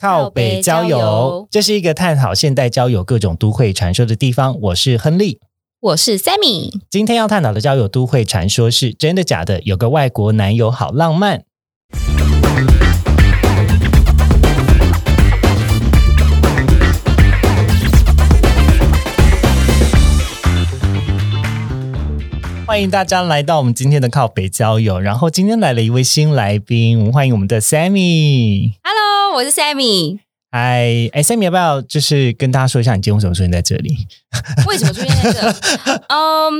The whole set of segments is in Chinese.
靠北交靠北交友友，这是一个探讨现代交友各种都会传说的地方。我是亨利，我是 Sammy，今天要探讨的交友都会传说是真的假的？有个外国男友好浪漫。欢迎大家来到我们今天的靠北交友，然后今天来了一位新来宾，我们欢迎我们的 Sammy。 ，Hello，我是 Sammy。嗨，哎，Sammy 要不要就是跟大家说一下你今天为什么出现在这里？为什么出现在 这？嗯，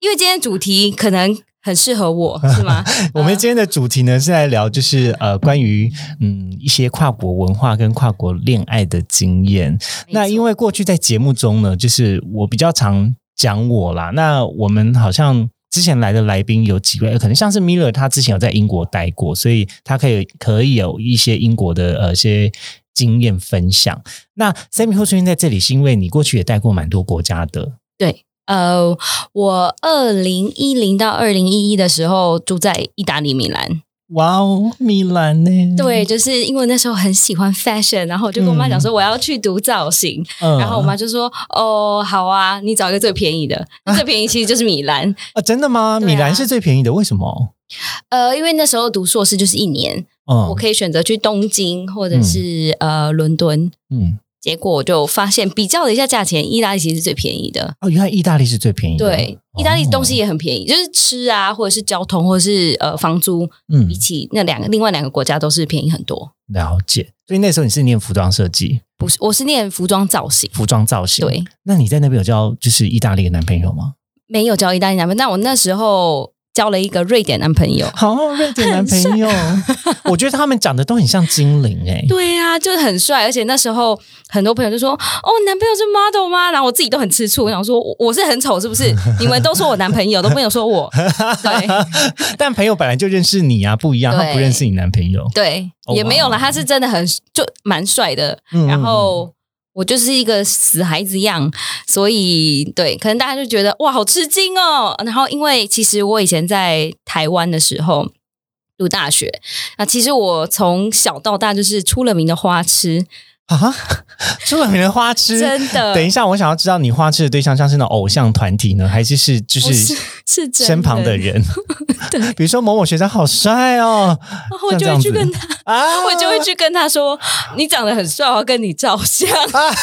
因为今天主题可能很适合我，是 吗？我们今天的主题呢是在聊，就是呃，关于嗯一些跨国文化跟跨国恋爱的经验。那因为为过去在节目中呢，就是我比较常讲我啦，那我们好像。之前来的来宾有几位，呃可能像是 Miller，他之前有在英国待过，所以他可以可以有一些英国的呃一些经验分享。那 Sammy 会出现在这里，是因为你过去也带过蛮多国家的，对，呃，我二零一零到二零一一的时候住在意大利米兰，哇哦，米兰呢？对，，就是因为那时候很喜欢 fashion，然后我就跟我妈讲说我要去读造型，嗯然后我妈就说哦，好啊，你找一个最便宜 的，最便宜其实就是米兰，啊，真的吗？对啊米兰是最便宜的，为什么？呃，因为那时候读硕士就是一年，嗯，我可以选择去东京或者是、呃伦敦。嗯，结果我就发现，比较了一下价钱，意大利其实是最便宜的。哦，原来意大利是最便宜的，哦对，意大利东西也很便宜，就是吃啊，或者是交通，或者是呃房租，嗯比起那两个另外两个国家都是便宜很多。了解。所以那时候你是念服装设计、不是，我是念服装造型，服装造型，对。，那你在那边有交就是意大利的男朋友吗？没有交意大利男朋友，但我那时候交了一个瑞典男朋友。好，瑞典男朋友， 我觉得他们长得都很像精灵哎、 对啊，就是很帅，而且那时候很多朋友就说：“哦，你男朋友是 model 吗？”然后我自己都很吃醋，我想说我我是很丑是不是？你们都说我男朋友，都没有说 我。对，但朋友本来就认识你啊，不一样，他对不认识你男朋友。对，哦也没有哇啦，他是真的很就蛮帅的。嗯然后我就是一个死孩子样，所以对，可能大家就觉得哇，好吃惊哦。然后因为其实我以前在台湾的时候。读大学，那其实我从小到大就是出了名的花痴，啊，出了名的花痴，真的等一下，我想要知道你花痴的对象像是那种偶像团体呢，还是是就不是是是真身旁的人？ 比如说某某学长好帅哦，然后我像这就样会子去跟他，啊，我就会去跟他说，你长得很帅，我要跟你照相。 啊，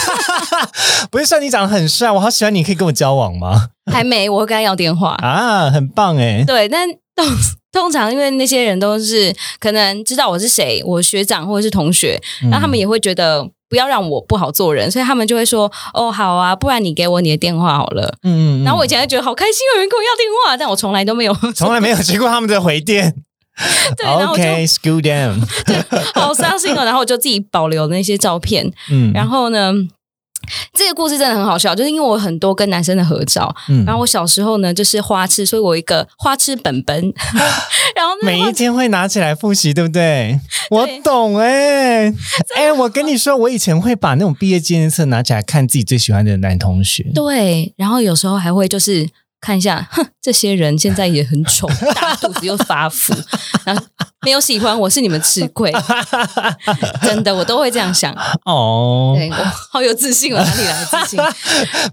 不是说你长得很帅，我好喜欢你，可以跟我交往吗？还没，我会跟他要电话。啊，很棒哎，对，但通通常因为那些人都是可能知道我是谁，我学长或者是同学，然后嗯他们也会觉得不要让我不好做人，所以他们就会说：“哦，好啊，不然你给我你的电话好了。”嗯，嗯然后我以前还觉得好开心，哦有人跟我要电话，但我从来都没有。 从来没有接过他们的回电。对，然后我就 OK，screw them。好伤心哦。然后我就自己保留那些照片。嗯，然后呢，这个故事真的很好笑，就是因为我很多跟男生的合照，嗯然后我小时候呢就是花痴，所以我有一个花痴本本， 然后那每一天会拿起来复习，对不对？我懂 哎、哎、我跟你说，我以前会把那种毕业纪念册拿起来看自己最喜欢的男同学。对，然后有时候还会就是看一下，哼，这些人现在也很丑，大肚子又发福，然后没有喜欢我是你们吃亏，真的，我都会这样想。哦，对我好有自信，我哦哪里来 的自信？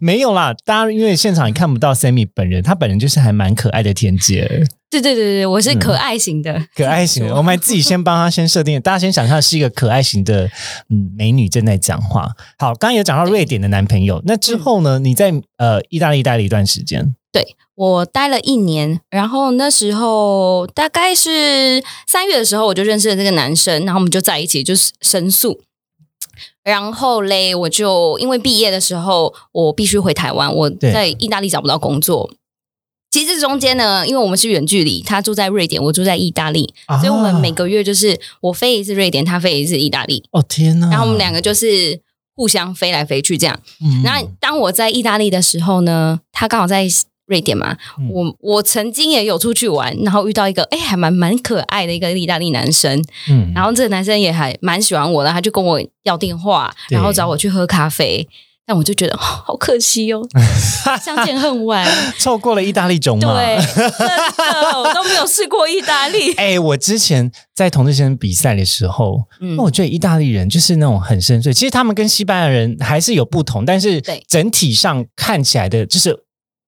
没有啦，大家因为现场也看不到 Sammy 本人，他本人就是还蛮可爱的天姐，对对对对，我是可爱型的，可爱型的。我们自己先帮他先设定， 大家先想象是一个可爱型的嗯美女正在讲话。好，刚刚有讲到瑞典的男朋友，那之后呢？你在呃意大利待了一段时间，我待了一年，然后那时候大概是三月的时候，我就认识了这个男生，然后我们就在一起，就是申诉。然后嘞，我就因为毕业的时候，我必须回台湾，我对在意大利找不到工作。其实这中间呢，因为我们是远距离，他住在瑞典，我住在意大利，所以我们每啊个月就是我飞一次瑞典，他飞一次意大利，哦天哪，然后我们两个就是互相飞来飞去这样。嗯那当我在意大利的时候呢，他刚好在瑞典嘛，嗯我我曾经也有出去玩，然后遇到一个哎、还蛮蛮可爱的一个意大利男生，嗯 然后这个男生也还蛮喜欢我的，他就跟我要电话，对然后找我去喝咖啡，但我就觉得、哦好可 惜哦，相见恨晚，错过了意大利种嘛。对，真的我都没有试过意大 利，哎、我之前在同志生比赛的时候，哦嗯那我觉得意大利人就是那种很深邃。其实他们跟西班牙人还是有不同，但是对整体上看起来的，就是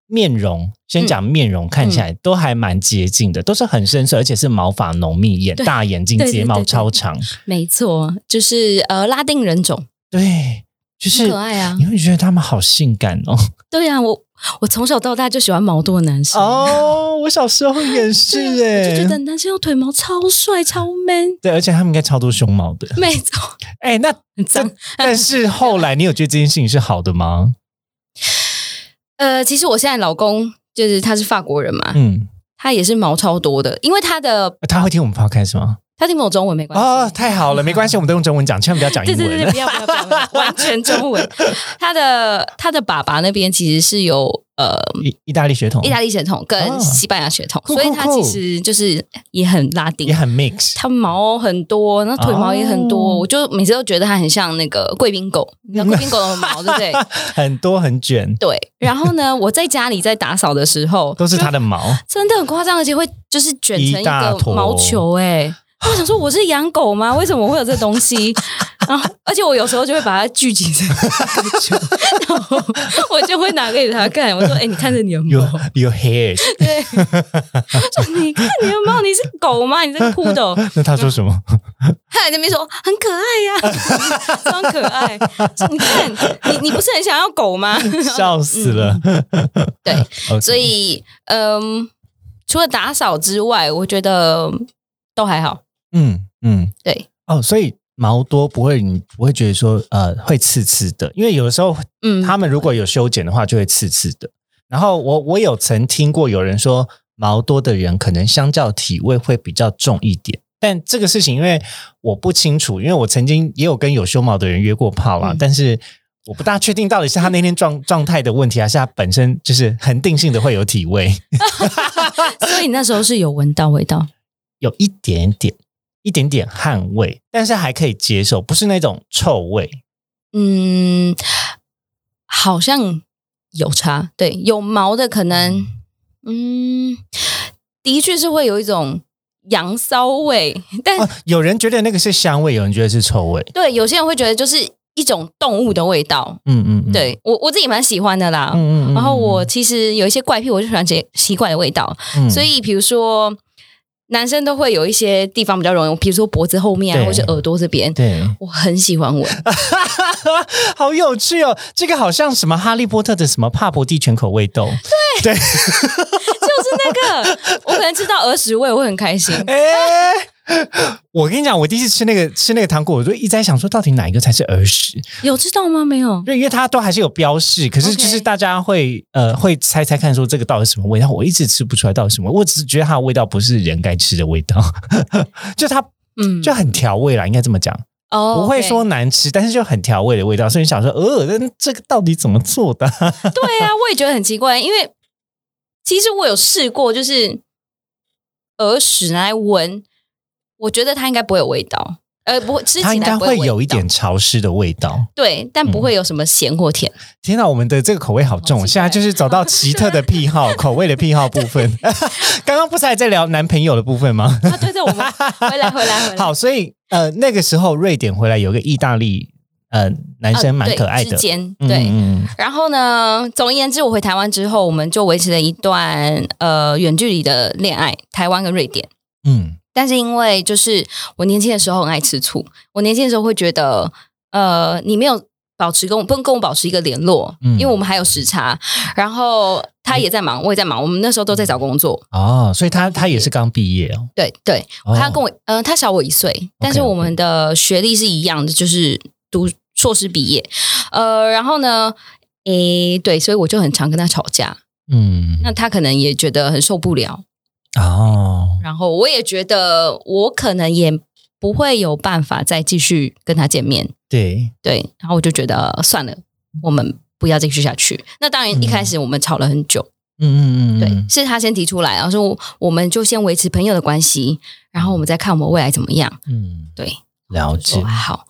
面容，嗯先讲面容，看起来都还蛮接近的，都是很深邃，而且是毛发浓密，眼对大眼睛，对对睫毛对对超长，没错，就是呃拉丁人种，对，就是很可爱啊你，会觉得他们好性感 哦！对啊，我我从小到大就喜欢毛多的男生。哦，我小时候 也是啊对啊哎、我就觉得男生有腿毛超帅超 man， 对，而且他们应该超多胸毛的。没错，哎、 那很脏。但是后来你有觉得这件事情是好的吗？呃，其实我现在老公就是他是法国人嘛，嗯，他也是毛超多的，因为他的他会听我们 podcast 吗？他听不懂中文没关系。哦，太好了，没关系，我们都用中文讲，千万不要讲英对对对，文不。要不要不要，不要完全中文。他的他的爸爸那边其实是有呃意 意大利血统，意大利血统哦跟西班牙血统，酷所以酷他酷其实就是也很拉丁也，很 mix，它毛很多，然后腿毛也很多，哦我就每次都觉得它很像那个贵宾狗，你知道贵宾狗的毛对不对？ 很多很卷，对。然后呢，我在家里在打扫的时候，都是他的 毛。真的很夸张，而且会就是卷成一一大个坨毛球哎、我想说我是养狗吗？为什么会有这东西？ 然后，而且我有时候就会把它聚集成一个球，然后 我就会拿给他看。我说：“哎、你看着你的毛。有有 hair，对， 说你看你的毛，你是狗吗？你在哭的哦、那他说什 么？他还在那边说很可爱呀、 装可爱。说你看，你你不是很想要狗吗？ 笑死了。嗯对 OK，所以，嗯，除了打扫之外，我觉得都还好。嗯嗯，对哦，所以毛多不会，你不会觉得说呃会刺刺的，因为有的时候嗯，他们如果有修剪的话，就会刺刺的。然后我我有曾听过有人说，毛多的人可能相较体味会比较重一点。但这个事情，因为我不清楚，因为我曾经也有跟有修毛的人约过炮啦，嗯但是我不大确定到底是他那天状状态的问题，还是他本身就是恒定性的会有体味， 所以那时候是有闻到味道， 有一点点、一点点汗味，但是还可以接受，不是那种臭味。嗯，好像有差。对，有毛的可能，嗯，的确是会有一种羊骚味， 但、哦，有人觉得那个是香味，有人觉得是臭味。对有些人会觉得就是一种动物的味道。嗯嗯，嗯，对我我自己蛮喜欢的啦。嗯然后我其实有一些怪癖，我就喜欢这些奇怪的味道。嗯所以比如说，男生都会有一些地方比较容易，比如说脖子后面啊，对或者耳朵这边，对，我很喜欢闻。 好有趣哦！这个好像什么《哈利波特》的什么帕伯地全口味 豆，那个我可能吃到耳屎味，我会很 开心。哎、我跟你讲，我第一次吃那个吃那个糖果，我就一直在想说，到底哪一个才是儿时？有知道吗？没有。对，因为它都还是有标示，可是就是 OK 大家会呃会猜猜看，说这个到底是什么味道？我一直吃不出来到底是什么，我只是觉得它的味道不是人该吃的味道， 就它嗯，就很调味啦，应该这么讲，哦，不会 OK 说难吃，但是就很调味的味道，所以你想说，呃，那这个到底怎么做的？对啊，我也觉得很奇怪，因为其实我有试过，就是耳屎拿来闻，我觉得它应该不会有味道，呃，不会吃起它来应该不会会有一味道点潮湿的味道。对，但不会有什么咸或甜。天哪，我们的这个口味好重！好我奇现怪在就是找到奇特的癖 好，口味的癖好部分。刚刚不是还在聊男朋友的部分吗？啊，对对，我 们回来回来回来。嗯好，所以呃，那个时候瑞典回来有个意大利呃男啊，生蛮对可爱的之，间嗯对。嗯嗯然后呢，总而言之，我回台湾之后，我们就维持了一段呃远距离的恋爱，台湾跟瑞典。嗯但是因为就是我年轻的时候很爱吃醋，我年轻的时候会觉得，呃，你没有保持跟我不能跟我保持一个联络，嗯因为我们还有时差，然后他也在忙，我也在忙，我们那时候都在找工作，哦，所以他他也是刚毕业哦，对对，哦他跟我，呃，他小我一岁，但是我们的学历是一样的，就是读硕士毕业，呃，然后呢，诶，对，所以我就很常跟他吵架，嗯那他可能也觉得很受不了，哦然后我也觉得我可能也不会有办法再继续跟他见面，对，对，然后我就觉得算了，我们不要继续下去。那当然一开始我们吵了很久，嗯嗯嗯，对，嗯是他先提出来，然后说我们就先维持朋友的关系，然后我们再看我们未来怎么样。嗯，对，了解说啊好，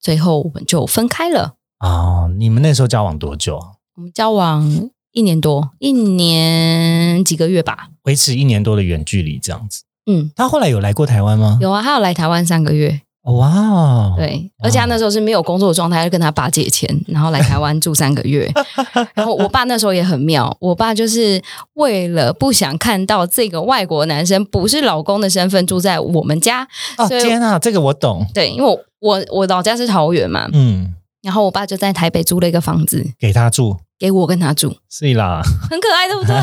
最后我们就分开了。哦，你们那时候交往多久啊？我们交往一年多，一年几个月吧。维持一年多的远距离这样子。嗯，他后来有来过台湾吗？有啊，他有来台湾三个月，哦，哇哦，对，而且他那时候是没有工作的状态，就跟他爸借钱，然后来台湾住三个月。 然后我爸那时候也很妙，我爸就是为了不想看到这个外国男生不是老公的身份住在我们家，哦，所以天啊，这个我懂。对，因为我我我老家是桃园嘛，嗯，然后我爸就在台北租了一个房子给他住给我跟他住，是啦，很可爱，对不 对？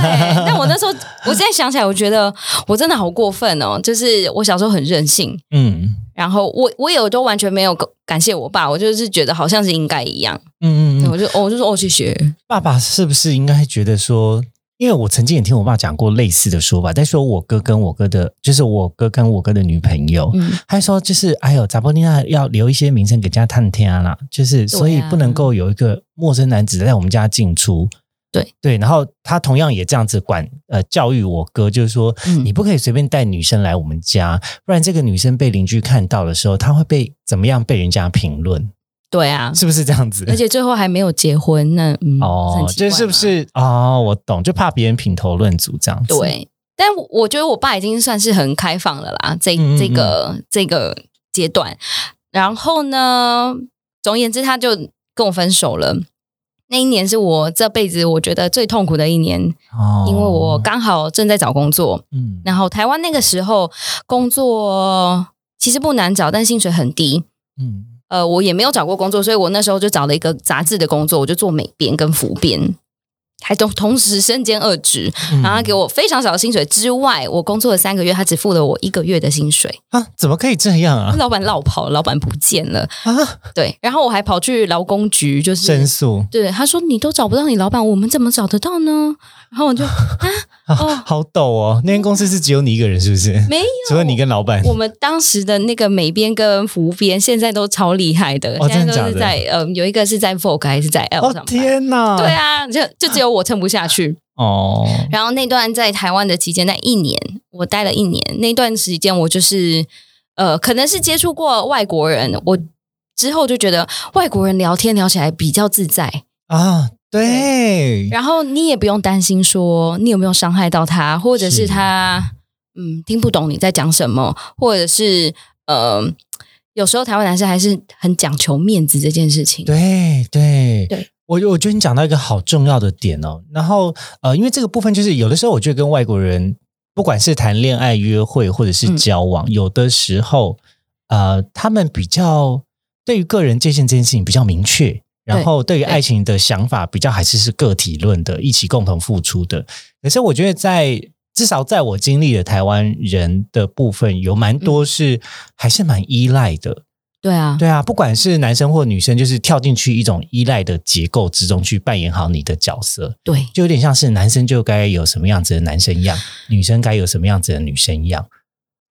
但我那时候，我现在想起来，我觉得我真的好过分哦，就是我小时候很任性，嗯然后我我也都完全没有感谢我爸，我就是觉得好像是应该一样，嗯嗯对嗯，我就、哦我就说哦去学，爸爸是不是应该觉得说？因为我曾经也听我爸讲过类似的说法，在说我哥跟我哥的，就是我哥跟我哥的女朋友，嗯，他说就是哎呦，扎波利娜要留一些名声给人家探听啊啦，就是啊所以不能够有一个陌生男子在我们家进出。对对，然后他同样也这样子管呃教育我哥，就是说、嗯你不可以随便带女生来我们家，不然这个女生被邻居看到的时候，她会被怎么样被人家评论，对啊，是不是这样子？而且最后还没有结婚，那嗯，哦很，奇这怪嘛是不是哦？我懂，就怕别人评头论足这样子。，对？但我我觉得我爸已经算是很开放了啦，这嗯嗯嗯这个这个阶段。然后呢，总而言之，他就跟我分手了。那一年是我这辈子我觉得最痛苦的一年，哦，因为我刚好正在找工作，嗯然后台湾那个时候工作其实不难找，但薪水很低。嗯呃，我也没有找过工作，所以我那时候就找了一个杂志的工作，我就做美编跟服编，还同同时身兼二职。嗯然后他啊给我非常少的薪水之外，我工作了三个月，他只付了我一个月的薪水。啊，怎么可以这样啊 老板落跑了，老板不见了，啊？对。然后我还跑去劳工局，就申是诉对他说你都找不到你老板，我们怎么找得到呢？然后 我就啊，哦，好陡哦！那间公司是只有你一个人，是不是？没有，除了你跟老板。我们当时的那个美编跟服编现在都超厉害的，哦现真的在假都的是在嗯、有一个是在 Vogue 还是在 L 哦上班。天哪！对，啊，就就只有我撑不下去。哦，然后那段在台湾的期间，那一年我待了一年，那段时间我就是呃，可能是接触过外国人，我之后就觉得外国人聊天聊起来比较自在，啊，对，然后你也不用担心说你有没有伤害到他，或者是是他嗯听不懂你在讲什么，或者是呃，有时候台湾男生还是很讲求面子这件事情。对对对。我我觉得你讲到一个好重要的点哦，然后呃，因为这个部分就是有的时候我觉得跟外国人，不管是谈恋爱、约会或者是嗯交往，有的时候呃，他们比较对于个人界限这件事情比较明确，然后对于对爱情的想法比较还是是个体论的，一起共同付出的。可是我觉得在至少在我经历的台湾人的部分，有蛮嗯多是、还是蛮依赖的，对啊，对啊，不管是男生或女生，就是跳进去一种依赖的结构之中去扮演好你的角色，对就有点像是男生就该有什么样子的男生样，女生该有什么样子的女生样。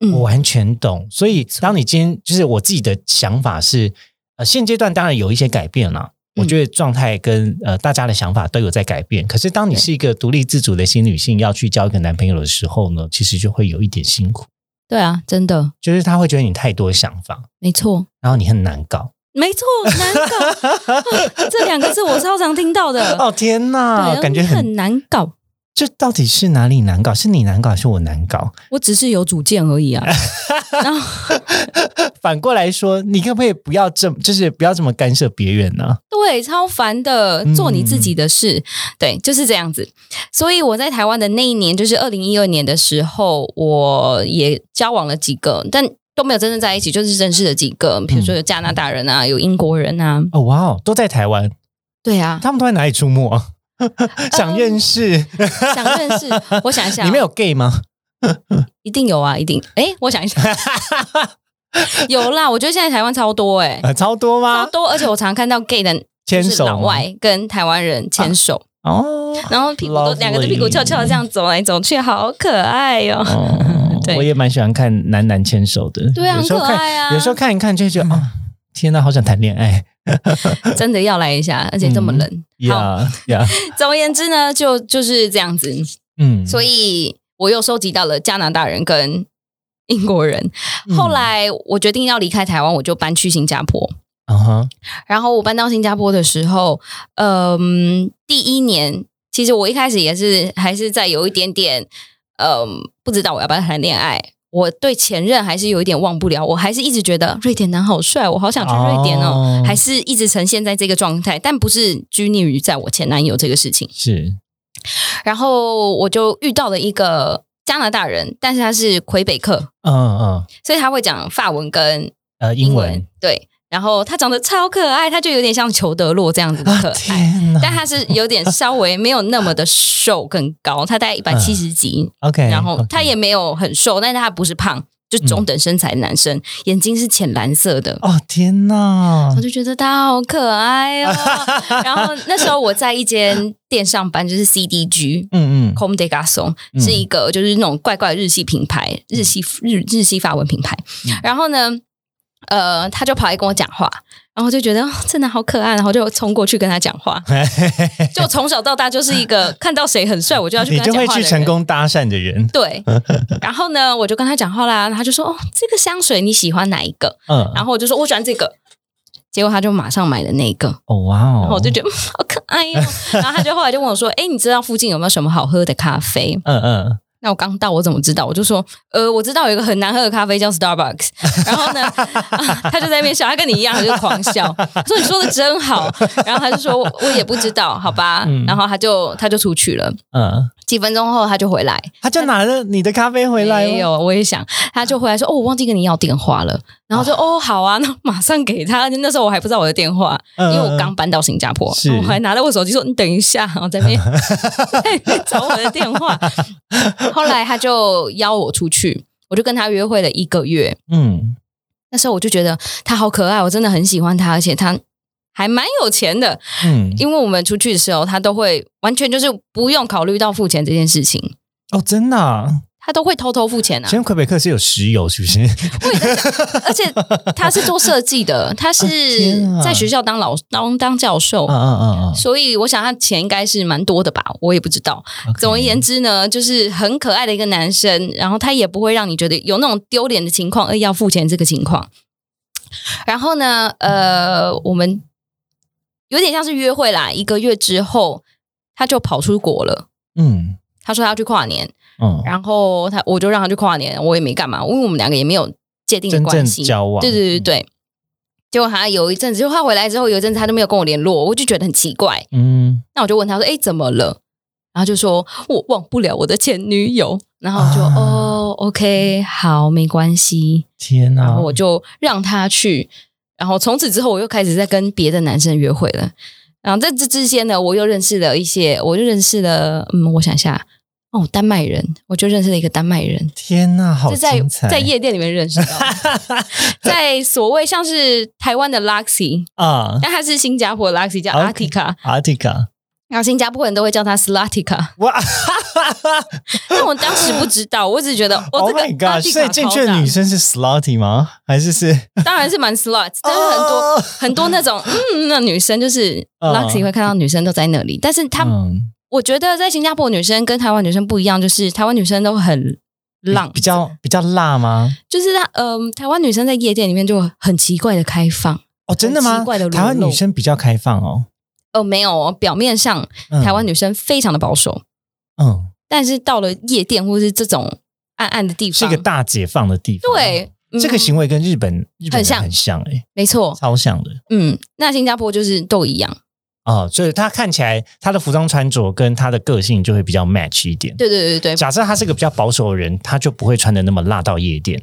嗯我完全懂。所以，当你今天就是我自己的想法是，呃，现阶段当然有一些改变啦。嗯我觉得状态跟呃大家的想法都有在改变，可是当你对是一个独立自主的新女性，要去交一个男朋友的时候呢，其实就会有一点辛苦，对啊，真的就是他会觉得你太多想法，没错。然后你很难搞。没错，难搞、 啊这两个字我超常听到的。 哦天哪，对感觉你很很难搞。这到底是哪里难搞？是你难搞，还是我难搞？ 我只是有主见而已啊。然后反过来说，你可不可以不要这么，就是不要这么干涉别人呢、对，超烦的，嗯做你自己的事。对，就是这样子。所以我在台湾的那一年，就是二零一二年的时候，我也交往了几个，但都没有真正在一起，就是认识了几个，比如说有加拿大嗯人啊，有英国人啊。哦哇哦，都在台湾，对啊，他们都在哪里出没啊？想认嗯识？想认识，我想一下、你们有 gay 吗？一定有啊，一定。哎，我想一下，有啦。我觉得现在台湾超多哎、呃，超多超吗？多，而且我常看到 gay 的牵就是手老吗外跟台湾人牵手，哦。然后屁股都 Lovely 两个的屁股翘翘的这样走来走去，好可爱哟、哦 对我也蛮喜欢看男男牵手的，对啊有时候很可爱啊嗯看，有时候看一看就会觉得啊、哦天哪，好想谈恋爱真的要来一下，而且这么冷。嗯好，呀呀，总而言之呢，就就是这样子。嗯，所以以我又收集到了加拿大人跟英国人。嗯后来我决定要离开台湾，我就搬去新加坡。啊哈，然后我搬到新加坡的时候，嗯，第一年其实我一开始也是还是在有一点点，嗯，不知道我要不要谈恋爱。我对前任还是有一点忘不了，我还是一直觉得瑞典男好帅，我好想去瑞典哦，哦还是一直呈现在这个状态，但不是拘泥于在我前男友这个事情。是然后我就遇到了一个加拿大人，但是他是魁北克，嗯嗯所以他会讲法文跟呃英文对。然后他长得超可爱，他就有点像裘德洛这样子的可啊，爱，天哪， 但他是有点稍微没有那么的瘦跟高，他大概一百七十几， OK，然后嗯哎 OK 他也没有很瘦，但是他不是胖，就中等身材的男生，眼睛是浅蓝色的。哦天哪我，就觉得他好可爱 哦。然后那时候我在一间店上班，就是 CDG， 嗯嗯 Comme des Garçons 嗯是一个就是那种怪怪的日系品牌，日系日日系法文品牌嗯。然后呢，呃，他就跑来跟我讲话，然后就觉得、哦、真的好可爱，然后就冲过去跟他讲话。就从小到大就是一 个看到谁很帅我就要去你跟他就讲会话的去人。成功搭讪的人，对，然后呢，我就跟他讲话啦，他就说：“哦，这个香水你喜欢哪一个？” 嗯，然后我就说：“我喜欢这个。”结果他就马上买了那一个，哦哇哦，然后我就觉得、嗯好可爱 哟、然后他就后来就问我说：“哎，你知道附近有没有什么好喝的咖啡？”嗯嗯那我刚到，我怎么知道？我就说，呃，我知道有一个很难喝的咖啡叫 Starbucks，然 后呢，啊他就在那边笑，他跟你一样，他就狂笑，他说你说的真好，然后他就说我我也不知道，好吧，嗯然后他就他就出去了，嗯，几分钟后他就回来，他就拿了你的咖啡回来没了，有，我也想，他就回来说，哦，我忘记跟你要电话了，然后就、哦好啊， 那马上给他，那时候我还不知道我的电话，嗯因为我刚搬到新加坡，是然后我还拿着我手机说：“你等一下，我在那 边找我的电话。”后来他就邀我出去，我就跟他约会了一个月。嗯那时候我就觉得他好可爱，我真的很喜欢他，而且他还蛮有钱的。嗯，因为我们出去的时候，他都会完全就是不用考虑到付钱这件事情，哦真的啊，他都会偷偷付钱啊现。在魁北克是有石油是不是？而且他是做设 计的，他是天啊在学校当老当当教授嗯，嗯 嗯所以我想他钱应该是蛮多的吧，我也不知道。嗯， 总而言之呢，就是很可爱的一个男生，然后他也不会让你觉得有那种丢脸的情况，而要付钱这个情况。然后呢，呃，我们有点像是约会啦，一个月之后他就跑出国了。嗯他说他要去跨年，嗯，然后他我就让他去跨年，我也没干嘛，因为我们两个也没有界定的真正关系。交往，嗯对对对对。结果他有一阵子，就他回来之后有一阵子他都没有跟我联络，我就觉得很奇怪。嗯，那我就问他说：“哎，怎么了？”然后就说：“我忘不了我的前女友。”然后我就、啊哦，OK，好，没关系。天哪，然后我就让他去，然后从此之后我又开始在跟别的男生约会了。然后在这之间呢，我又认识了一些，我就认识了，嗯，我想一下，哦，丹麦人，我就认识了一个丹麦人，天哪，好是在精彩，在夜店里面认识的哦， 在所谓像是台湾的 Luxy，啊但他是新加坡的 Luxy 叫 OK Artica， ，Artica，然后新加坡人都会叫他 Slatica。 哇 但我当时不知道，我只是觉得我、哦、 ，Oh 这个 my 阿 God，迪所卡以进去的女生是 slutty 吗？还是是？超大当然是蛮 slut，但是很多、 哦很多那种嗯，那女生就是嗯 Luxy 会看到女生都在那里，但是她、嗯我觉得在新加坡女生跟台湾女生不一样，就是台湾女生都很浪，比较比较辣吗？就是她嗯、台湾女生在夜店里面就很奇怪的开放。哦，真的很吗奇怪的？裸台湾露女生比较开放哦，哦，没有，哦，表面上嗯台湾女生非常的保守，嗯但是到了夜店或是这种暗暗的地是一方，个大解放的地方，哦对、嗯这个行为跟日本日本人很像很像哎、没错，超像的嗯，那新加坡就是都一样。哦，所以他看起来他的服装穿着跟他的个性就会比较 match 一点。对对对对，对假设他是个比较保守的人，他就不会穿的那么辣到夜店。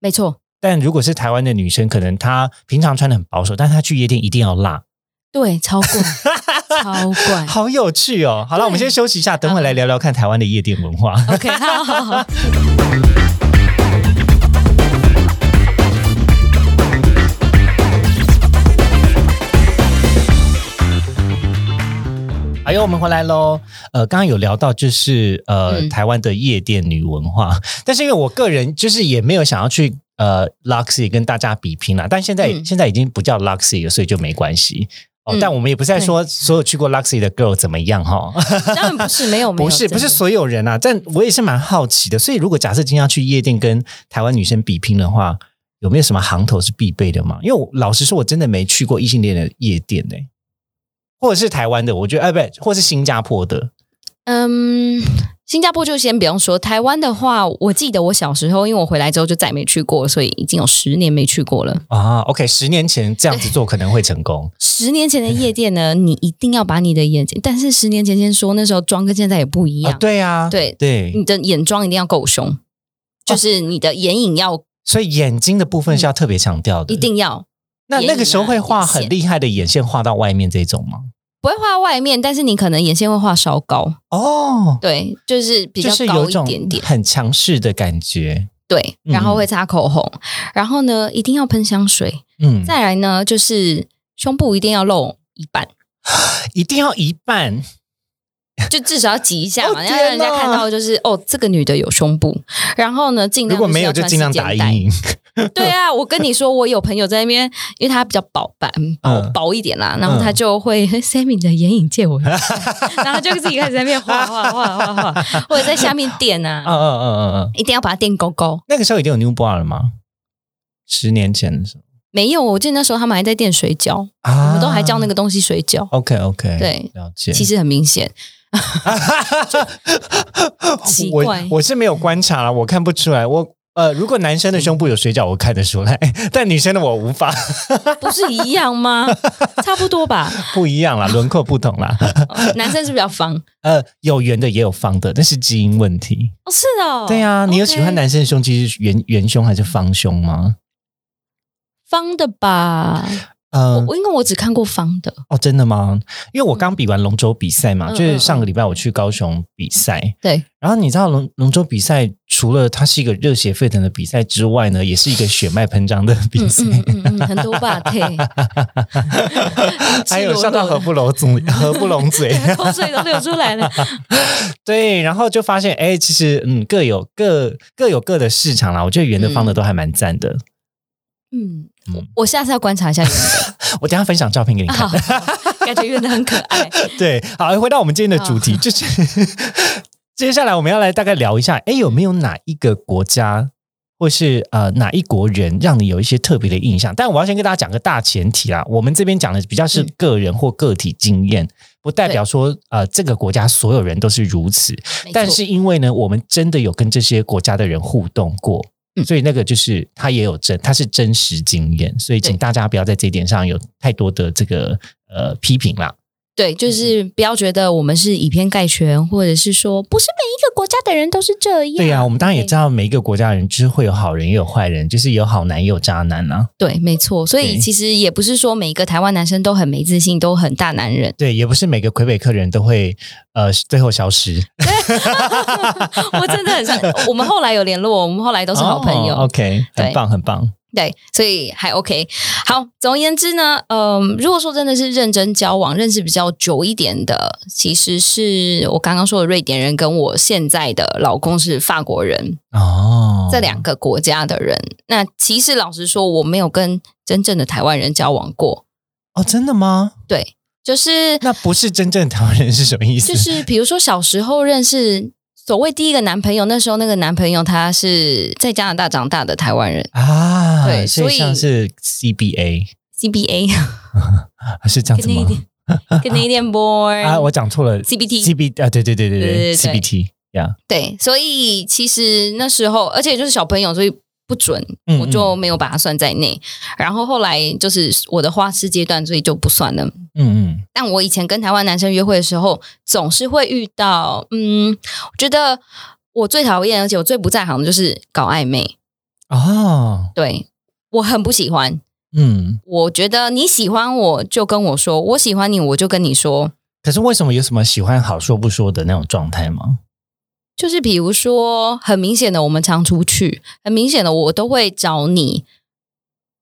没错。但如果是台湾的女生，可能她平常穿的很保守，但她去夜店一定要辣，对，超怪，超怪。好有趣哦！好了，对我们先休息一下，等会来聊聊看台湾的夜店文化。 OK，好好好。哎呦，我们回来喽。呃，刚刚有聊到就是呃、嗯台湾的夜店女文化，但是因为我个人就是也没有想要去呃 Luxy 跟大家比拼啦，但现在、嗯现在已经不叫 Luxy 了，所以就没关系。哦，嗯但我们也不是在说所有去过 Luxy 的 girl 怎么样哈，当然不是没有，没有不是真的不是所有人啊，但我也是蛮好奇的。所以如果假设今天要去夜店跟台湾女生比拼的话，有没有什么行头是必备的吗？因为我老实说，我真的没去过异性恋的夜店呢、或者是台湾的，我觉得哎，不对，或是新加坡的，嗯，新加坡就先不用说，台湾的话，我记得我小时候，因为我回来之后就再也没去过，所以已经有十年没去过了。啊，OK，十年前这样子做可能会成功十年前的夜店呢，你一定要把你的眼睛，但是十年前先说，那时候妆跟现在也不 一啊样，，对啊，对嗯对，你的眼妆一定要够凶，就是你的眼影要、所以眼睛的部分是要特别强调的。嗯一定啊要。那那个时候会画眼很线厉害的眼线，画到外面这种吗？不会画外面，但是你可能眼线会画稍高，哦，对，就是比较就是有高一种一点点，很强势的感觉。对，嗯然后会擦口红，然后呢，一定要喷香水，嗯，再来呢，就是胸部一定要露一半，一定要一半就至少要挤一下哦嘛，要天让人家哪看到就是哦，这个女的有胸部。然后呢，尽量如果是没有要就穿尽量时间打带阴影。对啊，我跟你说，我有朋友在那边，因为他比较薄吧，薄、嗯薄一点啦，然后嗯他就会、Sammy 你的眼影借我一下， 然后他就自己开始在那边画画画画画，或者在下面垫啊，嗯嗯嗯嗯嗯，一定要把它垫勾勾。那个时候已经有 New Bar 了吗？十年前的时候没有，我记得那时候他们还在垫水饺，啊我们都还叫那个东西水饺。 OK 哦 OK，对，了解。其实很明显，奇怪 我我是没有观察了，我看不出来。我呃，如果男生的胸部有水饺，我看得出来， 但女生的我无法， 不是一样吗？差不多吧。不一 样啦，轮廓不同啦。 哦男生是比较方呃，有圆的也有方的，那是基因问题。哦，是哦。对啊，你有喜欢 OK 男生的胸肌是圆圆胸还是方胸吗？方的吧？我嗯、我因为我只看过方的，哦，真的吗？因为我刚比完龙舟比赛嘛，嗯就是上个礼拜我去高雄比赛，对，然后你知道龙龙舟比赛除了它是一个热血沸腾的比赛之外呢，也是一个血脉喷张的比嗯赛。 嗯嗯嗯，很多吧，对，还有笑到合不拢嘴，合不拢 嘴。口水都流出 来了。对，然后就发现，哎，其实嗯，各有各各有各的市场啦。我觉得圆的、方的都还蛮赞的。嗯嗯，我下次要观察 一下你们我等一下分享照片给你的，看。好，感觉圆的很可爱。对，好，回到我们今天的主嗯题，就是 接下来我们要来大概聊一下，哎，有没有哪一个国家或是呃哪一国人让你有一些特别的印象？但我要先跟大家讲个大前提啦，我们这边讲的比较是嗯个人或个体经验，不代表说呃这个国家所有人都是如此。没错但是因为呢，我们真的有跟这些国家的人互动过。嗯所以那个就是他也有真，他是真实经验，所以请对大家不要在这一点上有太多的这个呃批评啦。对，就是嗯不要觉得我们是以偏概全，或者是说不是每一个国家的人都是这样。对呀、我们当然也对知道每一个国家的人就是会有好人也有坏人，就是有好男也有渣男啊。对，没错。所以对。其实也不是说每一个台湾男生都很没自信，都很大男人 对，也不是每个魁北克人都会呃最后消失，我真的很像，我们后来有联络，我们后来都都是好朋友。哦 OK，对很棒很棒。对，所以还 OK。好，总而言之呢，嗯、如果说真的是认真交往、认识比较久一点的，其实是我刚刚说的瑞典人跟我现在的老公是法国人，哦，这两个国家的人。那其实老实说，我没有跟真正的台湾人交往过。哦，真的 吗？对，就是那不是真正的台湾人是什么意思？就是，比如说小时候认识所谓第一个男朋友，那时候那个男朋友他是在加拿大长大的台湾人啊，对所所以像是 CBA ，CBA 啊是这样子吗？ Canadian Canadian born 啊，我讲错了 CBT CB 啊，对对对对对对对对，CBT 呀，对，所以其实那时候，而且就是小朋友，所以不准，嗯我就没有把它算在内。然后后来就是我的花痴阶段，所以就不算了。嗯嗯，但我以前跟台湾男生约会的时候，总是会遇到，嗯，我觉得我最讨厌，而且我最不在行的就是搞暧昧，哦，对我很不喜欢。嗯，我觉得你喜欢我就跟我说，我喜欢你我就跟你说，可是为什么有什么喜欢好说不说的那种状态吗？就是比如说很明显的，我们常出去，很明显的我都会找你，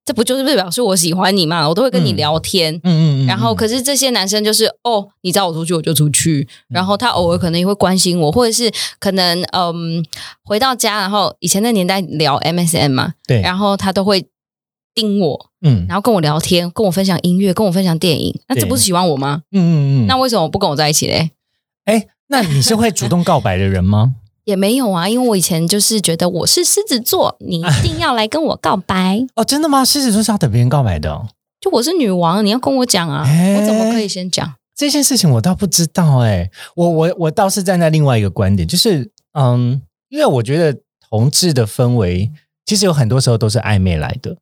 这不就是表示我喜欢你嘛？我都会跟你嗯聊天。嗯嗯嗯，然后，可是这些男生就是哦，你找我出去我就出去，嗯然后他偶尔可能也会关心我，或者是可能嗯，回到家，然后以前那年代聊 MSN 嘛，对，然后他都会盯我，嗯然后跟我聊天，跟我分享音乐，跟我分享电影，那这对不是喜欢我吗？嗯嗯嗯，那那为什么不跟我在一起嘞？哎，那你是会主动告白的人吗？也没有啊，因为我以前就是觉得我是狮 子座，你一定要来跟我告白， 哦，真的吗？狮子座是要等别人告白的哦、就我是女王，你要跟我讲啊，哎我怎么可以先讲？这件事情我倒不知道哎、我我我倒是站在另外一个观点，就是嗯，因为我觉得同志的氛围其实有很多时候都是暧昧来的，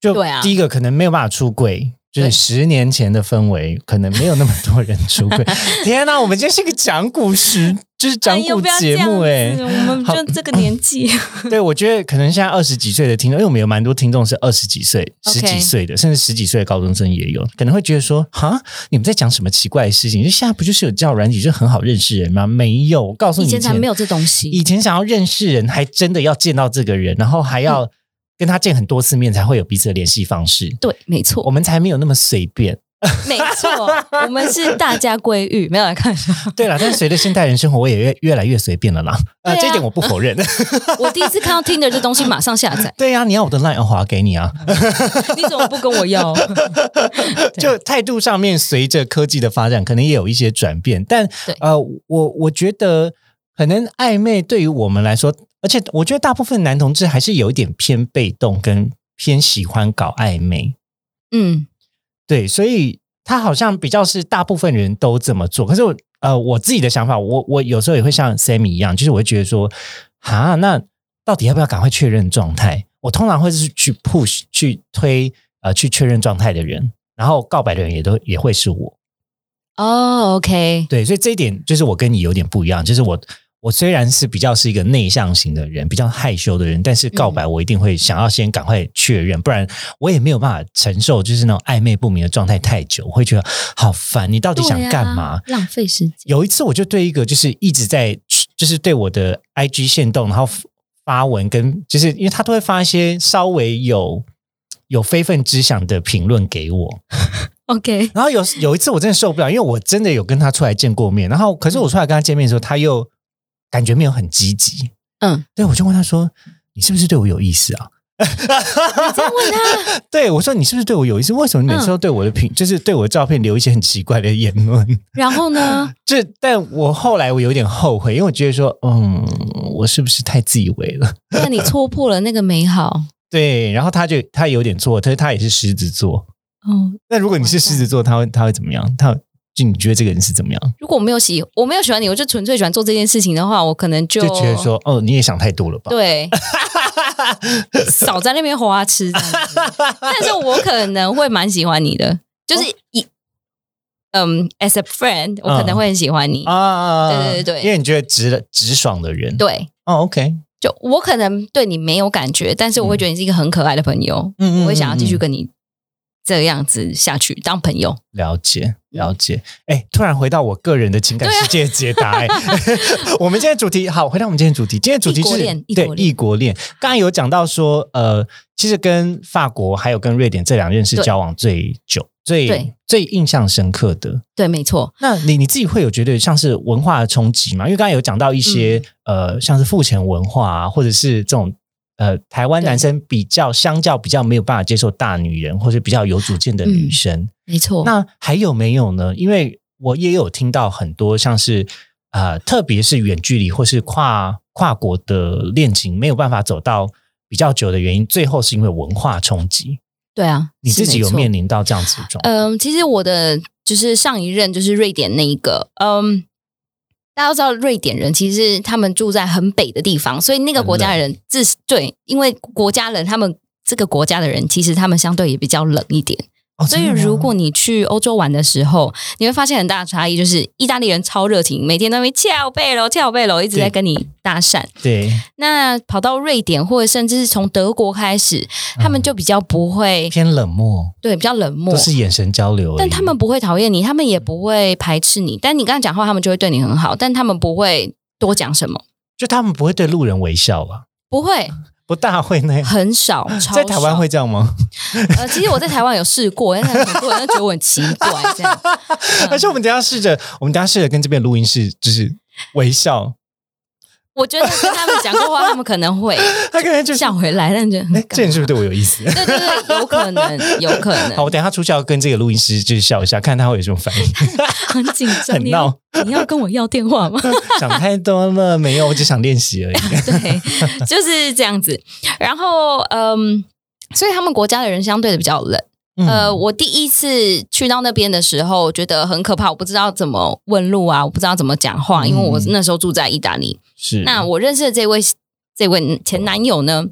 就对啊第一个可能没有办法出柜。就是对十年前的氛围，可能没有那么多人出 柜。天哪、我们今天是个讲古时，就是讲古节目哎、哎呦不要这样子我们好就这个年纪，对，我觉得可能现在二十几岁的听众，因为我们有蛮多听众是二十几岁、十 OK 几岁的，甚至十几岁的高中生也有，可能会觉得说：“哈，你们在讲什么奇怪的事情？就现在不就是有交友软体就很好认识人吗？”没有，我告诉以你，前才没有这东以西。前想要认识人，还真的要见到这个人，然后还要跟他见很多次面，才会有彼此的联系方式。对， 没我错，们才没有那么随便。 没错，我们是大家闺玉，没有来看一下。对啦，但是随着现代人生活，我也越越来越随便了啦。呃，对啊这一点我不否认。 我第一次看到 Tinder 这东西，马上下载。 对呀、你要我的 line 我划给你啊。你怎么不跟我要？ 就态度上面，随着科技的发展，可能也有一些转变。但对呃，我我觉得可能暧昧对于我们来说，而且我觉得大部分男同志还是有一点偏被动，跟偏喜欢搞暧昧。嗯，对，所以他好像比较是大部分人都这么做。可是我呃，我自己的想法，我我有时候也会像 Sammy 一样，就是我会觉得说，啊，那到底要不要赶快确认状态？我通常会是去 push 去推呃去确认状态的人，然后告白的人也都也会是我。哦，OK，对，所以这一点就是我跟你有点不一样，就是我。我虽然是比较是一个内向型的人，比较害羞的人，但是告白嗯我一定会想要先赶快确认，不然我也没有办法承受就是那种暧昧不明的状态太久，我会觉得好烦。你到底想干嘛？对啊浪费时间。有一次我就对一个就是一直在就是对我的 IG 限动，然后发文跟就是因为他都会发一些稍微有有非分之想的评论给我， OK，然后有有一次我真的受不了，因为我真的有跟他出来见过面，然后可是我出来跟他见面的时候，他又感觉没有很积极，嗯，对我就问他说：“你是不是对我有意思啊？”这样问他， 嗯对我说：“你是不是对我有意思？为什么你每次都对我的评，就是对我的照片留一些很奇怪的言论？”然后呢？这，但我后来我有点后悔，因为我觉得说，嗯，我是不是太自以为了？那你戳破了那个美好。对，然后他就他有点错，但是他也是狮子座。哦，那如果你是狮子座，他会他会怎么样？他就你觉得这个人是怎么样？如果我没有喜，我没有喜欢你，我就纯粹喜欢做这件事情的话，我可能就就觉得说，哦，你也想太多了吧？对，少在那边花痴这样子。 但是我可能会蛮喜欢你的，哦就是一、嗯，as a friend，我可能会很喜欢你。 啊，对对对对因为你觉得直直爽的人，对，哦，OK，就我可能对你没有感觉，但是我会觉得你是一个很可爱的朋友，嗯嗯我会想要继嗯续嗯跟你这样子下去当朋友。了嗯解了解。哎、突然回到我个人的情感世界的解答、哎， 我们今天主题好，回到我们今天主题，今天主题啊异国是恋异对国恋异国恋。刚才有讲到说，呃，其实跟法国还有跟瑞典这两任是对交往最久、最对最印象深刻的。对，没错，那你你自己会有觉得像是文化的冲击吗？因为刚才有讲到一些、嗯呃，像是父权文化啊，或者是这种。呃，台湾对男生比较相较比较没有办法接受大女人，或者比较有主见的女嗯生，没错。那还有没有呢？因为我也有听到很多像是呃，特别是远距离或是跨跨国的恋情没有办法走到比较久的原因，最后是因为文化冲击。对啊，你自己有面临？临到这样子的状况？嗯，其实我的就是上一任就是瑞典那一个，嗯。大家都知道，瑞典人其实他们住在很北的地方，所以那个国家人自对，因为国家人他们这个国家的人，其实他们相对也比较冷一点。哦呃所以真的吗如果你去欧洲玩的时候，你会发现很大的差异，就是意大利人超热情，每天都会翘背喽、翘背喽，一直在对跟你搭讪。对那跑到瑞典或者甚至是从德国开始，他嗯们就比较不会、偏冷漠，对比较冷漠，都是眼神交流而已，但他们不会讨厌你，他们也不会排斥你。但你跟他讲话，他们就会对你很好，但他们不会多讲什么，就他们不会对路人微笑吧？不会。不大会那样。 很少，超在台湾少会这样吗？呃，其实我在台湾有试过，但是很多人都觉得我很奇怪，这样而且我们等一下试着，我们等一下试着跟这边录音室就是微笑，我觉得跟他们讲过话，他们可能 会他可能就是笑回来，但觉得很哎，尴这人是不是对我有意思？ 对对对，有可能，有可能 好，我等一下出去要跟这个录音师就是笑一下，看他会有什么反应。很紧张。很你闹要你要跟我要电话吗？ 想太多了，没有，我只想练习而已。 对，就是这样子。然后，嗯，所以他们国家的人相对的比较冷。嗯呃，我第一次去到那边的时候，觉得很可怕，我不知道怎么问路啊，我不知道怎么讲话，因为我嗯那时候住在意大利。是那我认识的这位这位前男友呢，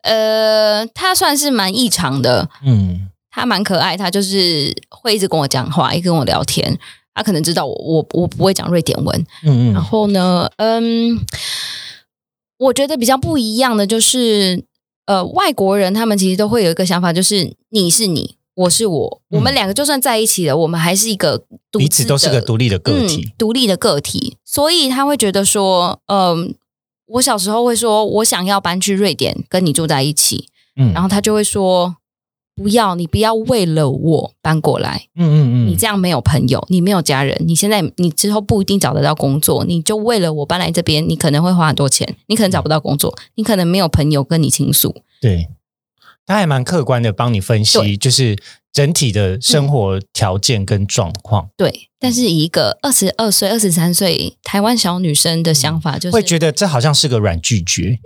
呃，他算是蛮异常的，嗯他蛮可爱，他就是会一直跟我讲话，一直跟我聊天。他可能知道我我我不会讲瑞典文，嗯然嗯后呢，嗯，我觉得比较不一样的就是，呃，外国人他们其实都会有一个想法，就是你是你，我是我，嗯我们两个就算在一起了，我们还是一个独彼此自都是的个独立的个嗯体，，独立的个体，所以他会觉得说，嗯，我小时候会说我想要搬去瑞典跟你住在一起，嗯，然后他就会说不要，你不要为了我搬过来，嗯嗯嗯，你这样没有朋友，你没有家人，你现在你之后不一定找得到工作，你就为了我搬来这边，你可能会花很多钱，你可能找不到工作，你可能没有朋友跟你倾诉，对，他还蛮客观的帮你分析，对嗯就是整体的生活条件跟状况，对。但是以一个二十二岁、二十三岁台湾小女生的想法，就是嗯会觉得这好像是个软拒绝。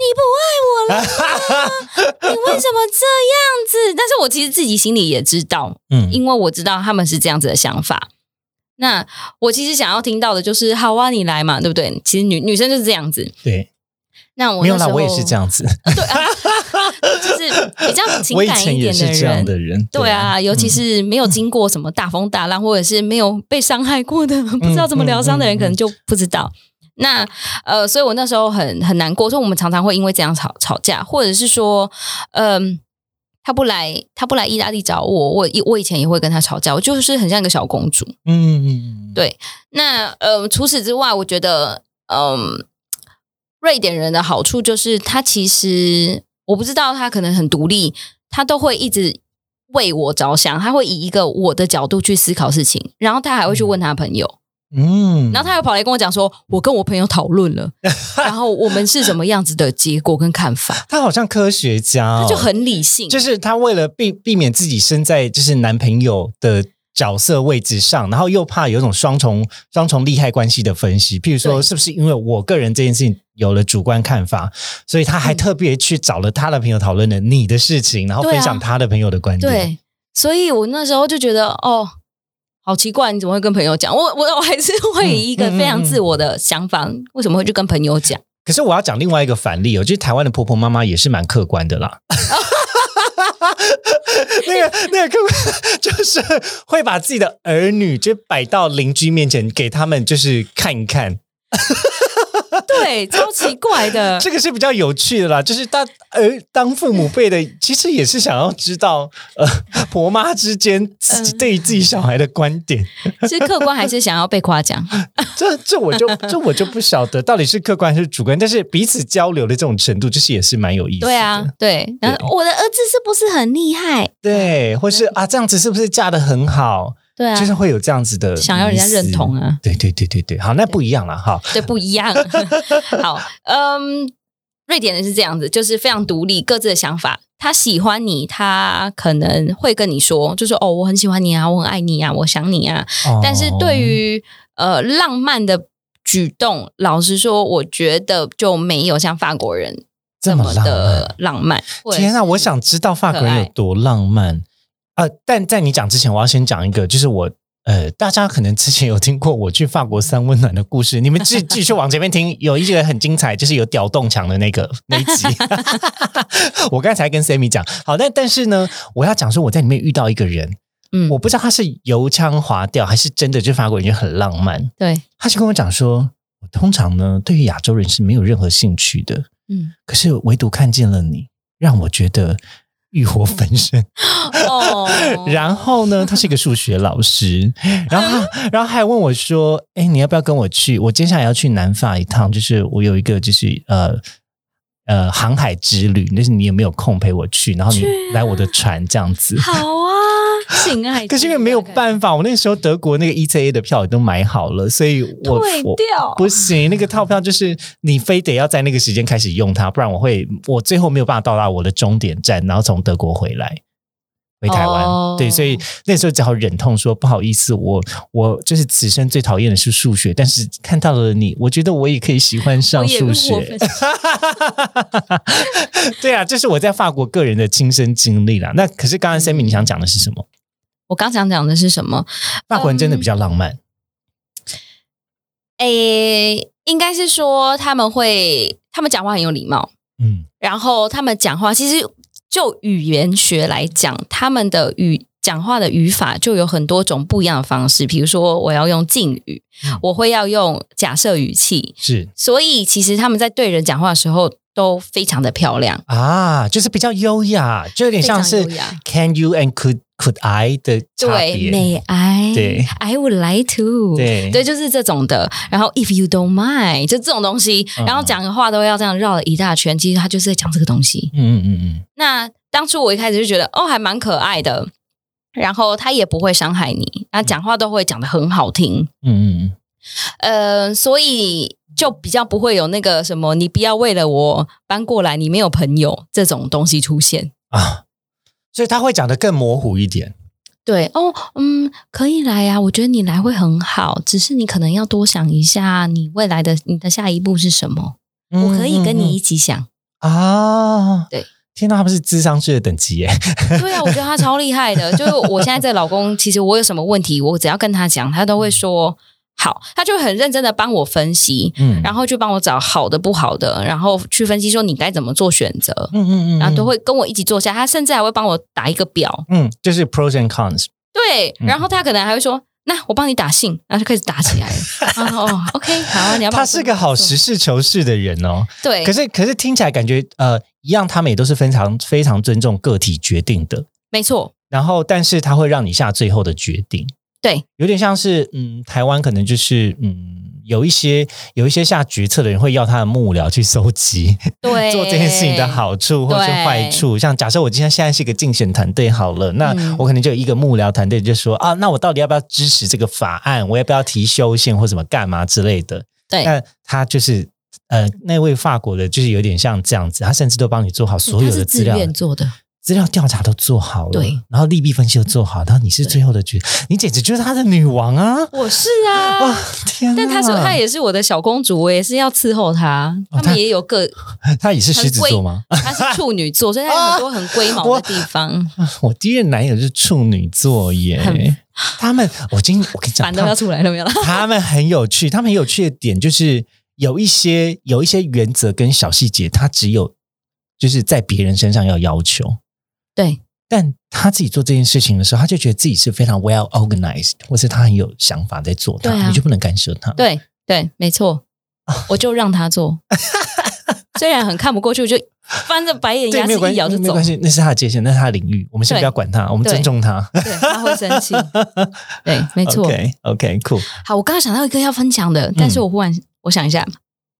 你为什么这样 子？但是我其实自己心里也知道，嗯因为我知道他们是这样子的想法。那我其实想要听到的就是，好啊，你来嘛，对不对？其实女女生就是这样子。对，那我没有那啦，时候我也是这，样子， 啊就是比较情我以感前一也点是这样人。的嗯人。对啊，尤其是没有经过什么大风大浪，或者是没有被伤害过 的，不知道怎么疗伤的嗯人，嗯可能就不知道。那呃，所以我那时候很很难过，所以我们常常会因为这样吵吵架，或者是说，嗯、他不来，他不来意大利找我，我以我以前也会跟他吵架，我就是很像一个小公主。嗯，嗯嗯嗯，对那呃，除此之外，我觉得，嗯、瑞典人的好处就是他其实我不知道他可能很独立，他都会一直为我着想，他会以一个我的角度去思考事情，然后他还会去问他朋友，嗯，然后他又跑来跟我讲说，我跟我朋友讨论 了，然后我们是什么样子的结果跟看法，他好像科学家哦，他就很理性，就是他为了避避免自己身在就是男朋友的角色位置上，然后又怕有一种双重双重利害关系的分析，譬如说对是不是因为我个人这件事情有了主观看法，所以他还嗯特别去找了他的朋友讨论了你的事情，然后对啊分享他的朋友的观点。对，所以我那时候就觉得，哦，好奇怪，你怎么会跟朋友讲？我我我还是会以一个非常自我的想法，为什么会去跟朋友讲？可是我要讲另外一个反例哦，就是台湾的婆婆妈妈也是蛮客观的 啦。那个那个客观 就是会把自己的儿女就摆到邻居面前，给他们就是看一看， 对，超奇怪的。 这个是比较有趣的啦，就是当呃当父母辈的， 其实也是想要知道呃 婆妈之间自己嗯对于自己小孩的观点，是客观还是想要被夸奖？这这我就这我就不晓得到底是客观还是主观，但是彼此交流的这种程度，就是也是蛮有意思的。 对啊，对。然后我的儿子是不是很厉害？对，或是啊这样子是不是嫁的很好？对啊就，是会有这样子的想要人家认同啊。啊，对对对对对，好，那不一样了哈。对，不一样。 好，嗯，瑞典人是这样子，就是非常独立，各自的想法。他喜欢你，他可能会跟你说，就说哦，我很喜欢你啊，我很爱你啊，我想你啊，哦但是对于呃浪漫的举动，老实说，我觉得就没有像法国人这么浪漫的浪漫。或者天啊，是我想知道法国可人爱有多浪漫啊、呃！但在你讲之前，我要先讲一个，就是我呃，大家可能之前有听过我去法国三温暖的故事，你们继继续往前面听，有一个很精彩，就是有屌洞墙的那个那一 集。 我刚才跟 Sammy 讲，好，但但是呢，我要讲说我在里面遇到一个人，嗯，我不知道他是油腔滑调，还是真的就法国人就很浪漫，对，他就跟我讲说，我通常呢对于亚洲人是没有任何兴趣的， 嗯，可是唯独看见了你，让我觉得欲火焚身。哦然后呢，他是一个数学老师，然后他然后还问我说：“哎，你要不要跟我去？我接下来要去南法一趟，就是我有一个就是呃。”呃航海之旅，就是你有没有空陪我去，然后你去啊来我的船这样子。好啊，性爱之旅，可是因为没有办法，我那时候德国那个 ECA 的票也都买好了，所以我退我掉不行，那个套票就是你非得要在那个时间开始用它，不然我会我最后没有办法到达我的终点站，然后从德国回来。回台湾哦对，所以那时候只好忍痛说不好意思，我我就是此生最讨厌的是数学，但是看到了你，我觉得我也可以喜欢上数我哦也学我。 对啊，这是我在法国个人的亲身经历啦。那可是刚刚 Sammy 你想讲的是什么？我刚想讲的是什么？法国人真的比较浪漫，诶，应该是说他们会，他们讲话很有礼貌，嗯然后他们讲话其实就语言学来讲，他们的语。讲话的语法就有很多种不一样的方式，比如说我要用敬语嗯，我会要用假设语气，是所以其实他们在对人讲话的时候都非常的漂亮，啊，就是比较优雅，就有点像是非常优雅 Can you and could could I 的差对，别，美癌，对，I would like to，对对，就是这种的。然后 if you don't mind，就这种东西，嗯然后讲的话都要这样绕了一大圈，其实他就是在讲这个东西。嗯嗯嗯那当初我一开始就觉得，哦，还蛮可爱的。然后他也不会伤害你，他讲话都会讲的很好听，嗯嗯嗯，呃，所以就比较不会有那个什么，你不要为了我搬过来，你没有朋友这种东西出现。啊，所以他会讲的更模糊一点，对哦，嗯，可以来呀、我觉得你来会很好，只是你可能要多想一下，你未来的你的下一步是什么？我嗯可以跟你一起想。嗯嗯嗯啊，对。天呐，他们是智商税的等级耶！ 对啊，我觉得他超厉害的。就是我现在这老公，其实我有什么问题，我只要跟他讲，他都会说好，他就很认真的帮我分析，嗯然后去帮我找好的、不好的，然后去分析说你该怎么做选择。嗯嗯嗯然后都会跟我一起坐下，他甚至还会帮我打一个表，嗯，就是 pros and cons，对，嗯然后他可能还会说：“那我帮你打信。”然后就开始打 起来了。然后哦，OK，好啊，你要帮我他是个好实事求是的人哦。对，可是可是听起来感觉呃，一样他们也都是非常非常尊重个体决定的，没错，然后但是他会让你下最后的决定。对，有点像是嗯，台湾可能就是嗯，有一些有一些下决策的人会要他的幕僚去搜集 对，做这件事情的，好处或是坏处。像假设我今天现在是一个竞选团队好了，那嗯我可能就有一个幕僚团队就说啊，那我到底要不要支持这个法案？我要不要提修宪或什么干嘛之类的？对，但他就是呃，那位法国的，就是有点像这样子，他甚至都帮你做好所有他的是资自料，愿做的，资料调查都做好了，对，然后利弊分析都做好，然后你是最后的决，你简直就是他的女王啊！我是 哇、啊。天哪！ 但他说他也是我的小公主，我也是要伺候她。哦他他们也有 个，他也是狮子座吗？她是处女座，所以她有很多 啊很龟毛的地方，我第一任男友是处女座耶很，他们我今我跟你讲，烦都他要们出来了没有啦？他们很有趣，他们很有趣的点就是有一些有一些原则跟小细节，他只有就是在别人身上要要求，对，但他自己做这件事情的时候，他就觉得自己是非常 well organized，或是他很有想法在做它，对啊你就不能干涉他。对，对，没错，我就让 她做。虽然很看不过去，我就翻着白眼，对，牙没齿有关一系，咬就没有走关。系，那是他的界限，那是他的领域，我们先对不要管他，我们对尊重他。对，她会生气。对，没错。 ，OK，OK，cool，好，我刚刚想到一个要分享的，但嗯是我忽然、我想一下，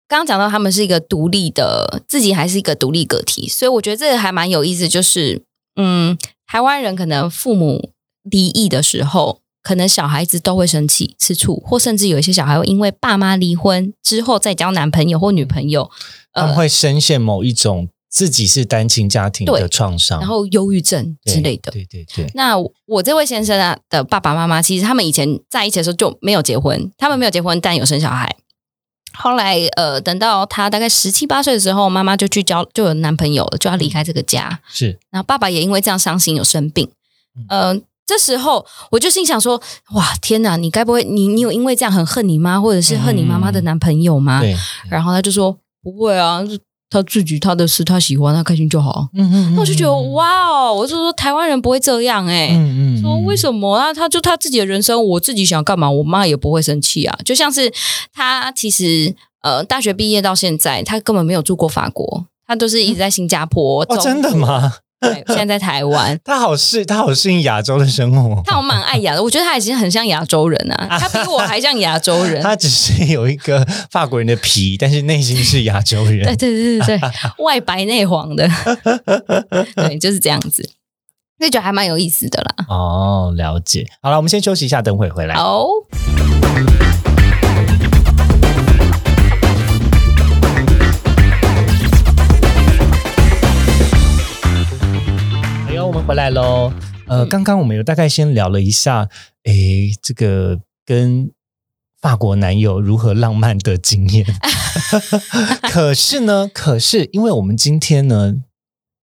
刚刚讲到他们是一个独立的，自己还是一个独立个体，所以我觉得这个还蛮有意思，就是嗯，台湾人可能父母离异的时候。可能小孩子都会生气、吃醋，或甚至有一些小孩会因为爸妈离婚之后再交男朋友或女朋友，他呃们会深陷某一种自己是单亲家庭的对创伤，然后忧郁症啊对之类的。对对对，那我这位先生啊的爸爸妈妈，其实他们以前在一起的时候就没有结婚，他们没有结婚，但有生小孩。后来呃，等到他大概十七八岁的时候，妈妈就去交就有男朋友了，就要嗯离开这个家。是然后爸爸也因为这样伤心有生病。嗯呃，这时候我就心想说：哇，天哪！你该不会你你有因为这样很恨你妈，或者是恨你妈妈的男朋友嗯吗？对，然后他就说：不会啊，他自己他的事，他喜欢，他开心就好。嗯嗯那我就觉得，哇哦，我就说台湾人不会这样哎、嗯嗯说为什么啊？他就他自己的人生，我自己想干嘛，我妈也不会生气啊。就像是他其实呃，大学毕业到现在，他根本没有住过法国，他都是一直在新加坡。哦，中真的？吗？对，现在在台 湾。他好适，他好适应亚洲的生活。但我蛮爱亚的，我觉得他已经很像亚洲人啊，他比我还像亚洲 人。他只是有一个法国人的皮，但是内心是亚洲对人。对对对对， 外白内黄的， 对，就是这样子，那觉得还蛮有意思的啦。哦，了解。好了，我们先休息一下，等会回来。好，哎呦，我们回来喽。呃，刚刚我们有大概先聊了一下，诶，这个跟法国男友如何浪漫的经验。可是呢，可是因为我们今天呢，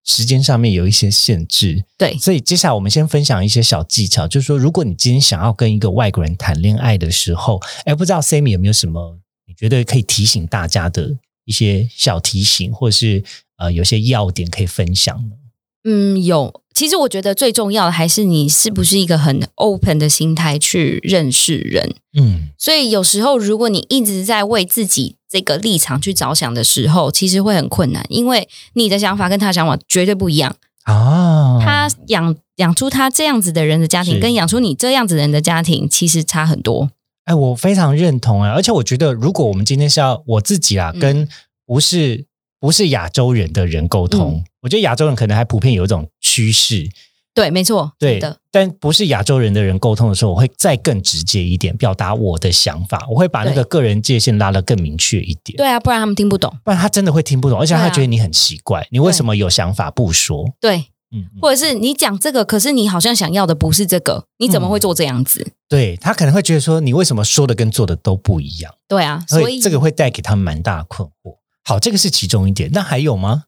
时间上面有一些限制，对，所以接下来我们先分享一些小技巧，就是说，如果你今天想要跟一个外国人谈恋爱的时候，哎，不知道 Sammy 有没有什么你觉得可以提醒大家的一些小提醒，或是呃有些要点可以分享呢？嗯，有。其实我觉得最重要的还是你是不是一个很 open 的心态去认识人。嗯。所以有时候如果你一直在为自己这个立场去着想的时候，其实会很困难，因为你的想法跟他的想法绝对不一样。啊，他养养出他这样子的人的家是庭，跟养出你这样子的人的家庭，其实差很多。哎，我非常认同啊，而且我觉得，如果我们今天是要我自己啊，嗯跟不是不是亚洲人的人沟通，嗯我觉得亚洲人可能还普遍有一种趋势，对，没错，对的，，但不是亚洲人的人沟通的时候，我会再更直接一点，表达我的想法，我会把那个对个人界限拉得更明确一点，对啊，不然他们听不懂。不然他真的会听不懂，而且他对啊觉得你很奇怪，你为什么有想法不说？对，嗯，嗯或者是你讲这个，可是你好像想要的不是这个，你怎么嗯会做这样子？对他可能会觉得说，你为什么说的跟做的都不一样，对啊，所所以以这个会带给他们蛮大的困惑。好，这个是其中一点，那还有吗？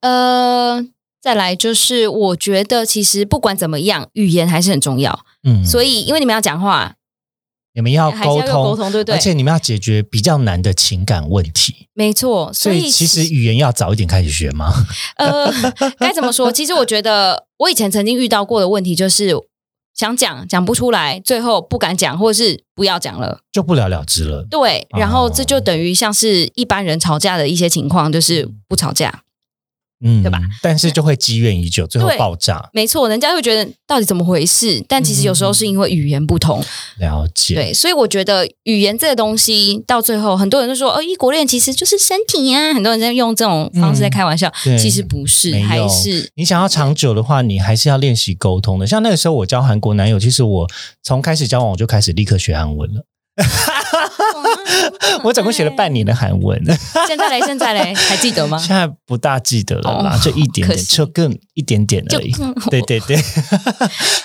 呃，再来就是，我觉得其实不管怎么样，语言还是很重要。嗯，所以以，因为你们要讲话，你们要还是沟要有通，沟通，对不对而？且你们要解决比较难的情感问题，没错，所以其实语言要早一点开始学吗？呃， 该怎么说？其实我觉得，我以前曾经遇到过的问题就是。想讲讲不出来，最后不敢讲，或者是不要讲了。就不了了之了。对，哦然后这就等于像是一般人吵架的一些情况，就是不吵架。嗯，对吧？但是就会积怨已久，最后对爆炸。没错，人家会觉得到底怎么回事？但其实有时嗯候是因为语言不同，了解，对，所以我觉得语言这个东西到最后，很多人都说，哦，异国恋其实就是身体啊，很多人在用这种方式在开玩笑，嗯对其实不没是，有还 是你想要长久的话，你还是要练习沟通的。像那个时候我交韩国男友，其实我从开始交往我就开始立刻学韩 文了，我总共学了半年的韩 文，现在嘞，现在嘞，还记得吗？现在不大记得了啦，哦就一点可点，惜就更一点点就而已。嗯对对对，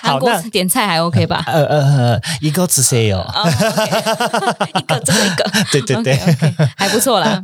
好韩国那点菜还 OK 吧？ 呃呃呃，一个字 say 哦。哦，OK 一个这个一个， 对对对 OK，OK，还不错 啦。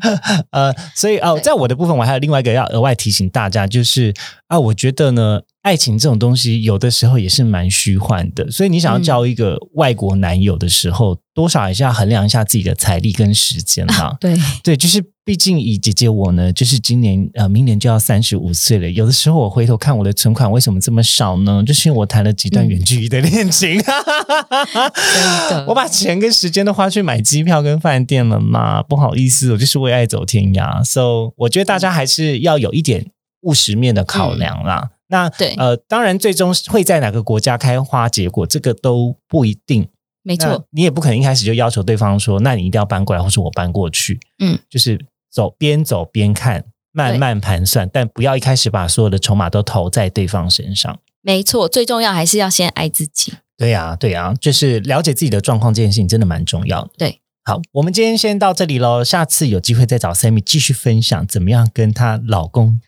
呃，所以哦，对在我的部分，我还有另外一个要额外提醒大家，就是啊，我觉得呢，爱情这种东西有的时候也是蛮虚幻的，所以你想要嗯。交一个外国男友的时候，多少还是要衡量一下自己的财力跟时间 啦对，对，就是毕竟以姐姐我呢，就是今年呃，明年就要三十五岁了。有的时候我回头看我的存款为什么这么少呢？就是因为我谈了几段远距离的恋情， 真的我把钱跟时间都花去买机票跟饭店了嘛，不好意思，我就是为爱走天涯。So，我觉得大家还是要有一点务实面的考量啦。那嗯对呃，当然最终会在哪个国家开花结果，这个都不一定。没那错，你也不可能一开始就要求对方说，那你一定要搬过来，或是我搬过去。嗯，就是走边走边看，慢慢盘算，但不要一开始把所有的筹码都投在对方身上。没错，最重要还是要先爱 自己。对呀、对呀、就是了解自己的状况这件事情真的蛮重要的。对。好，我们今天先到这里喽。下次有机会再找 Sammy 继续分享怎么样跟她老公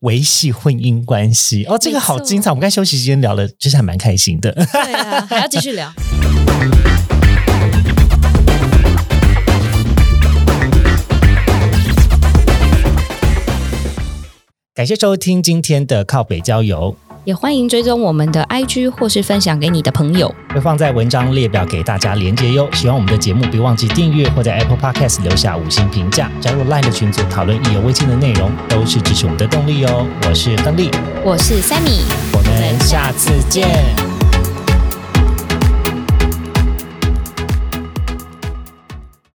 维系婚姻关系。哦，这个好没错精彩！我们刚休息时间聊的，就是还蛮开心的。对啊，还要继续聊。感谢收听今天的靠北郊游。也欢迎追踪我们的 IG 或是分享给你的朋友。会放在文章列表给大家连接哟。喜欢我们的节目，别忘记订阅或在 Apple Podcast 留下五星评价，加入 LINE 的群组讨论意犹未尽的内容，都是支持我们的动力哦。我是邓丽，我是 Sammy，我们下次见。